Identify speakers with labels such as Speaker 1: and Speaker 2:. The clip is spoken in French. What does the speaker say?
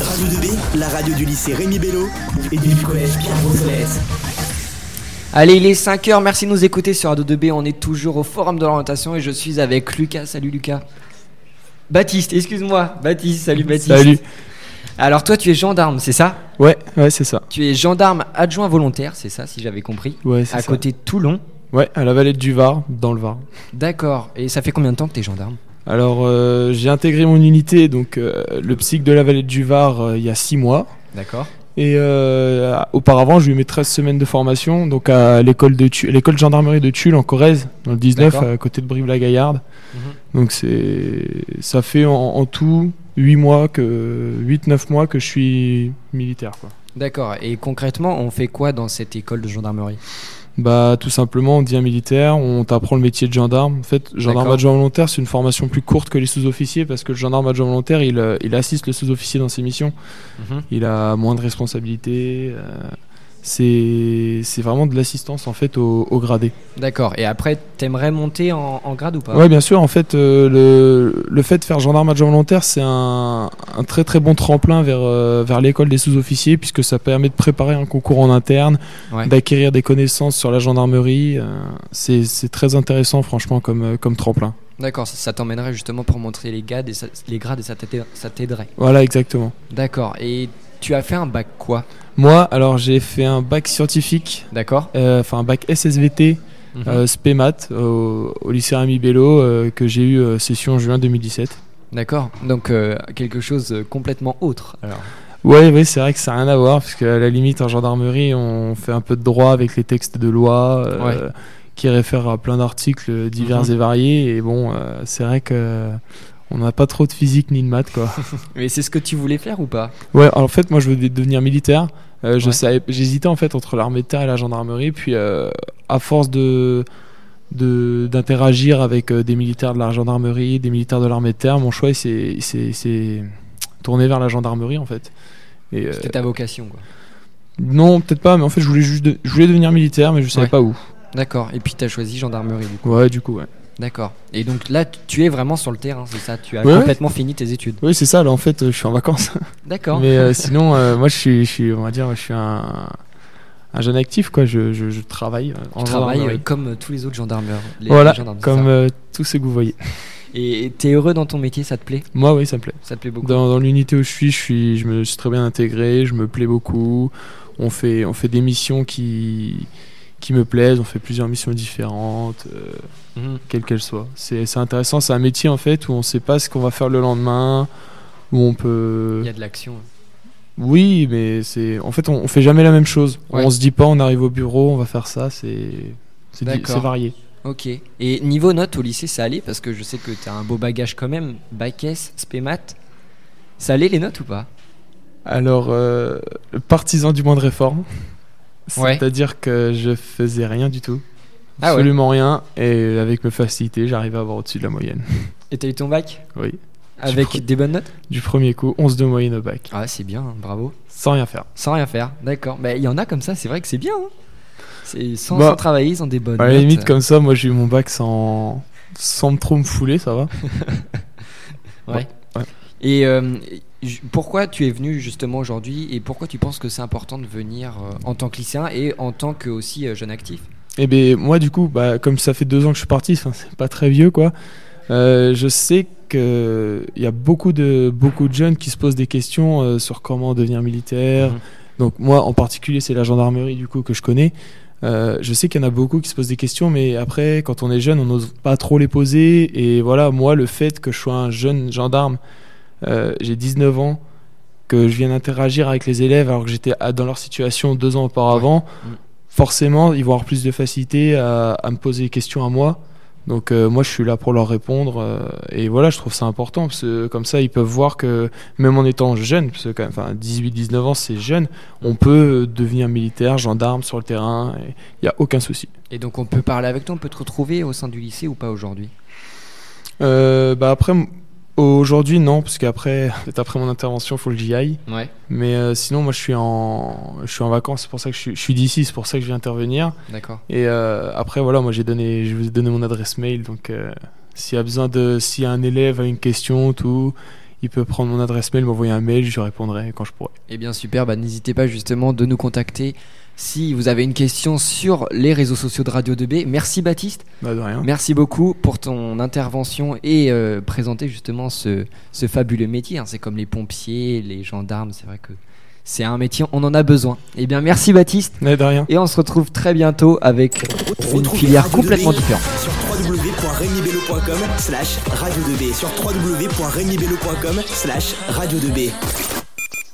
Speaker 1: Radio 2B, la radio du lycée Rémi Bello et du collège Pierre Brossolette.
Speaker 2: Allez, il est 5h, merci de nous écouter sur Radio 2B. On est toujours au Forum de l'orientation et je suis avec Lucas. Salut Lucas. Baptiste, excuse-moi. Baptiste, salut Baptiste.
Speaker 3: Salut.
Speaker 2: Alors toi, tu es gendarme, c'est ça
Speaker 3: Ouais, ouais, c'est ça.
Speaker 2: Tu es gendarme adjoint volontaire, c'est ça, si j'avais compris.
Speaker 3: Ouais, c'est
Speaker 2: À
Speaker 3: ça.
Speaker 2: côté de Toulon.
Speaker 3: Ouais, à la vallée du Var, dans le Var.
Speaker 2: D'accord. Et ça fait combien de temps que t'es gendarme
Speaker 3: Alors, euh, j'ai intégré mon unité, donc euh, le psych de la vallée du Var, euh, il y a 6 mois.
Speaker 2: D'accord.
Speaker 3: Et euh, auparavant, j'ai eu mes 13 semaines de formation, donc à l'école de Tu- l'école de gendarmerie de Tulle, en Corrèze, dans le 19,
Speaker 2: D'accord. Mhm.
Speaker 3: à côté de Brive-la-Gaillarde. Donc, c'est, ça fait en, en tout 8 mois que, 8-9 mois que je suis militaire, quoi.
Speaker 2: D'accord. Et concrètement, on fait quoi dans cette école de gendarmerie
Speaker 3: Bah tout simplement, on dit un militaire, on t'apprend le métier de gendarme. En fait, gendarme
Speaker 2: D'accord.
Speaker 3: adjoint volontaire, c'est une formation plus courte que les sous-officiers parce que le gendarme adjoint volontaire, il, euh, il assiste le sous-officier dans ses missions.
Speaker 2: Mhm.
Speaker 3: Il a moins de responsabilités. euh, c'est c'est vraiment de l'assistance en fait au, au gradé.
Speaker 2: D'accord. Et après, t'aimerais monter en, en grade ou pas
Speaker 3: Ouais, bien sûr. En fait, euh, le, le fait de faire gendarme adjoint volontaire, c'est un, un très très bon tremplin vers, euh, vers l'école des sous-officiers puisque ça permet de préparer un concours en interne,
Speaker 2: Ouais.
Speaker 3: d'acquérir des connaissances sur la gendarmerie. euh, c'est c'est très intéressant, franchement, comme, euh, comme tremplin.
Speaker 2: D'accord. Ça, ça t'emmènerait justement pour montrer les grades et ça, les grades et ça t'aider- ça t'aiderait.
Speaker 3: Voilà, exactement.
Speaker 2: D'accord. Et tu as fait un bac quoi
Speaker 3: Moi, alors j'ai fait un bac scientifique,
Speaker 2: D'accord.
Speaker 3: euh, enfin un bac SSVT,
Speaker 2: Mhm.
Speaker 3: euh, spé maths, au, au lycée Rémi Bello euh, que j'ai eu euh, session en juin 2017.
Speaker 2: D'accord. Donc euh, quelque chose euh, complètement autre. Alors.
Speaker 3: Ouais, oui, c'est vrai que ça n'a rien à voir, parce qu'à la limite, en gendarmerie, on fait un peu de droit avec les textes de loi euh, qui réfèrent à plein d'articles divers
Speaker 2: Mhm.
Speaker 3: et variés. Et bon, euh, c'est vrai que euh, on n'a pas trop de physique ni de maths, quoi.
Speaker 2: Mais c'est ce que tu voulais faire ou pas
Speaker 3: ouais, alors, en fait, moi, je voulais devenir militaire. Euh, je
Speaker 2: Ouais.
Speaker 3: savais, j'hésitais en fait entre l'armée de terre et la gendarmerie. Puis, euh, à force de de- d'interagir avec euh, des militaires de la gendarmerie, des militaires de l'armée de terre, mon choix il s'est il s'est- il s'est tourné vers la gendarmerie en fait. Et, euh,
Speaker 2: C'était ta vocation quoi.
Speaker 3: non, peut-être pas, mais en fait, je voulais juste de- je voulais devenir militaire, mais je savais
Speaker 2: Ouais.
Speaker 3: pas où.
Speaker 2: D'accord. Et puis t'as choisi gendarmerie du coup.
Speaker 3: Ouais, du coup, ouais.
Speaker 2: D'accord. Et donc là, t- tu es vraiment sur le terrain, c'est ça Tu as
Speaker 3: Ouais, ouais.
Speaker 2: complètement fini tes études.
Speaker 3: Oui, c'est ça, là, en fait, euh, je suis en vacances.
Speaker 2: D'accord.
Speaker 3: Mais euh, sinon, euh, moi, je suis, je suis, on va dire, je suis un, un jeune actif, quoi. Je, je, je travaille. euh, en
Speaker 2: Tu travailles
Speaker 3: gendarmerie.
Speaker 2: euh, comme euh, tous les autres gendarmeurs. les-
Speaker 3: voilà,
Speaker 2: les gendarmes, c'est
Speaker 3: comme
Speaker 2: ça.
Speaker 3: euh, tous ceux que vous voyez.
Speaker 2: Et et t'es heureux dans ton métier, ça te plaît
Speaker 3: Moi, oui, ça me plaît.
Speaker 2: Ça te plaît beaucoup.
Speaker 3: Dans, dans l'unité où je suis, je suis, je me suis très bien intégré, je me plais beaucoup. On fait, on fait des missions qui, qui me plaisent, on fait plusieurs missions différentes. euh,
Speaker 2: Mhm.
Speaker 3: quelle qu'elle soit. C'est c'est intéressant, c'est un métier en fait où on sait pas ce qu'on va faire le lendemain, où on peut.
Speaker 2: Il y a de l'action.
Speaker 3: Oui, mais c'est en fait on, on fait jamais la même chose.
Speaker 2: Ouais.
Speaker 3: On se dit pas, on arrive au bureau, on va faire ça, c'est c'est di-
Speaker 2: D'accord.
Speaker 3: c'est varié.
Speaker 2: Ok. Et niveau notes au lycée, ça allait parce que je sais que t'as un beau bagage quand même. Bac S, spé maths. Ça allait les notes ou pas
Speaker 3: Alors, euh, le partisan du moins de réforme,
Speaker 2: Ouais.
Speaker 3: c'est-à-dire que je faisais rien du tout,
Speaker 2: Ah ouais.
Speaker 3: absolument rien, et avec mes facilités, j'arrivais à avoir au-dessus de la moyenne.
Speaker 2: Et t'as eu ton bac
Speaker 3: Oui,
Speaker 2: avec
Speaker 3: crois-
Speaker 2: des bonnes notes
Speaker 3: du premier coup, 11 de moyenne au bac,
Speaker 2: Ah, c'est bien, hein, bravo.
Speaker 3: sans rien faire.
Speaker 2: Sans rien faire, d'accord. Mais il y en a comme ça, c'est vrai que c'est bien. hein. C'est sans,
Speaker 3: Bah,
Speaker 2: sans travailler, ils ont des bonnes
Speaker 3: À la
Speaker 2: notes.
Speaker 3: limite, comme ça, moi j'ai eu mon bac sans, sans trop me fouler, ça va.
Speaker 2: Ouais.
Speaker 3: Ouais.
Speaker 2: Et euh, j- pourquoi tu es venu justement aujourd'hui et pourquoi tu penses que c'est important de venir euh, en tant que lycéen et en tant que aussi euh, jeune actif
Speaker 3: Et ben moi, du coup, bah, comme ça fait deux ans que je suis parti, enfin, c'est pas très vieux quoi. euh, je sais qu'il y a beaucoup de, beaucoup de jeunes qui se posent des questions euh, sur comment devenir militaire.
Speaker 2: Mhm.
Speaker 3: Donc, moi en particulier, c'est la gendarmerie du coup que je connais. Euh, je sais qu'il y en a beaucoup qui se posent des questions, mais après, quand on est jeune, on n'ose pas trop les poser. Et voilà, moi, le fait que je sois un jeune gendarme, euh, j'ai 19 ans, que je viens d'interagir avec les élèves alors que j'étais à- dans leur situation deux ans auparavant,
Speaker 2: Ouais. Mm.
Speaker 3: forcément, ils vont avoir plus de facilité à, à me poser des questions à moi. Donc euh, moi, je suis là pour leur répondre. euh, et voilà, je trouve ça important, parce que euh, comme ça, ils peuvent voir que même en étant jeune, parce que quand même, enfin, 18-19 ans, c'est jeune, on peut euh, devenir militaire, gendarme sur le terrain, il n'y a aucun souci.
Speaker 2: Et donc on peut parler avec toi, on peut te retrouver au sein du lycée ou pas aujourd'hui
Speaker 3: Euh, bah après, m- aujourd'hui, non, parce qu'après peut-être après mon intervention, il faut que j'y aille.
Speaker 2: Ouais.
Speaker 3: Mais euh, sinon, moi, je suis en, je suis en vacances, c'est pour ça que je suis, je suis d'ici, c'est pour ça que je viens intervenir.
Speaker 2: D'accord.
Speaker 3: Et euh, après, voilà, moi, j'ai donné, je vous ai donné mon adresse mail, donc euh, s'il y a besoin de, si un élève a une question, tout, il peut prendre mon adresse mail, m'envoyer un mail, je lui répondrai quand je pourrai.
Speaker 2: Eh bien super, bah, n'hésitez pas justement de nous contacter si vous avez une question sur les réseaux sociaux de Radio 2B. Merci Baptiste,
Speaker 3: Bah, de rien.
Speaker 2: merci beaucoup pour ton intervention et euh, présenter justement ce, ce fabuleux métier. hein. C'est comme les pompiers, les gendarmes, c'est vrai que c'est un métier, on en a besoin. Eh bien merci Baptiste
Speaker 3: Ouais, de rien.
Speaker 2: et on se retrouve très bientôt avec une
Speaker 1: Retrouvez
Speaker 2: filière
Speaker 1: Radio 2B
Speaker 2: complètement différente.
Speaker 1: Sur www.remibello.com slash radio2b. Sur www.remibello.com slash radio2b.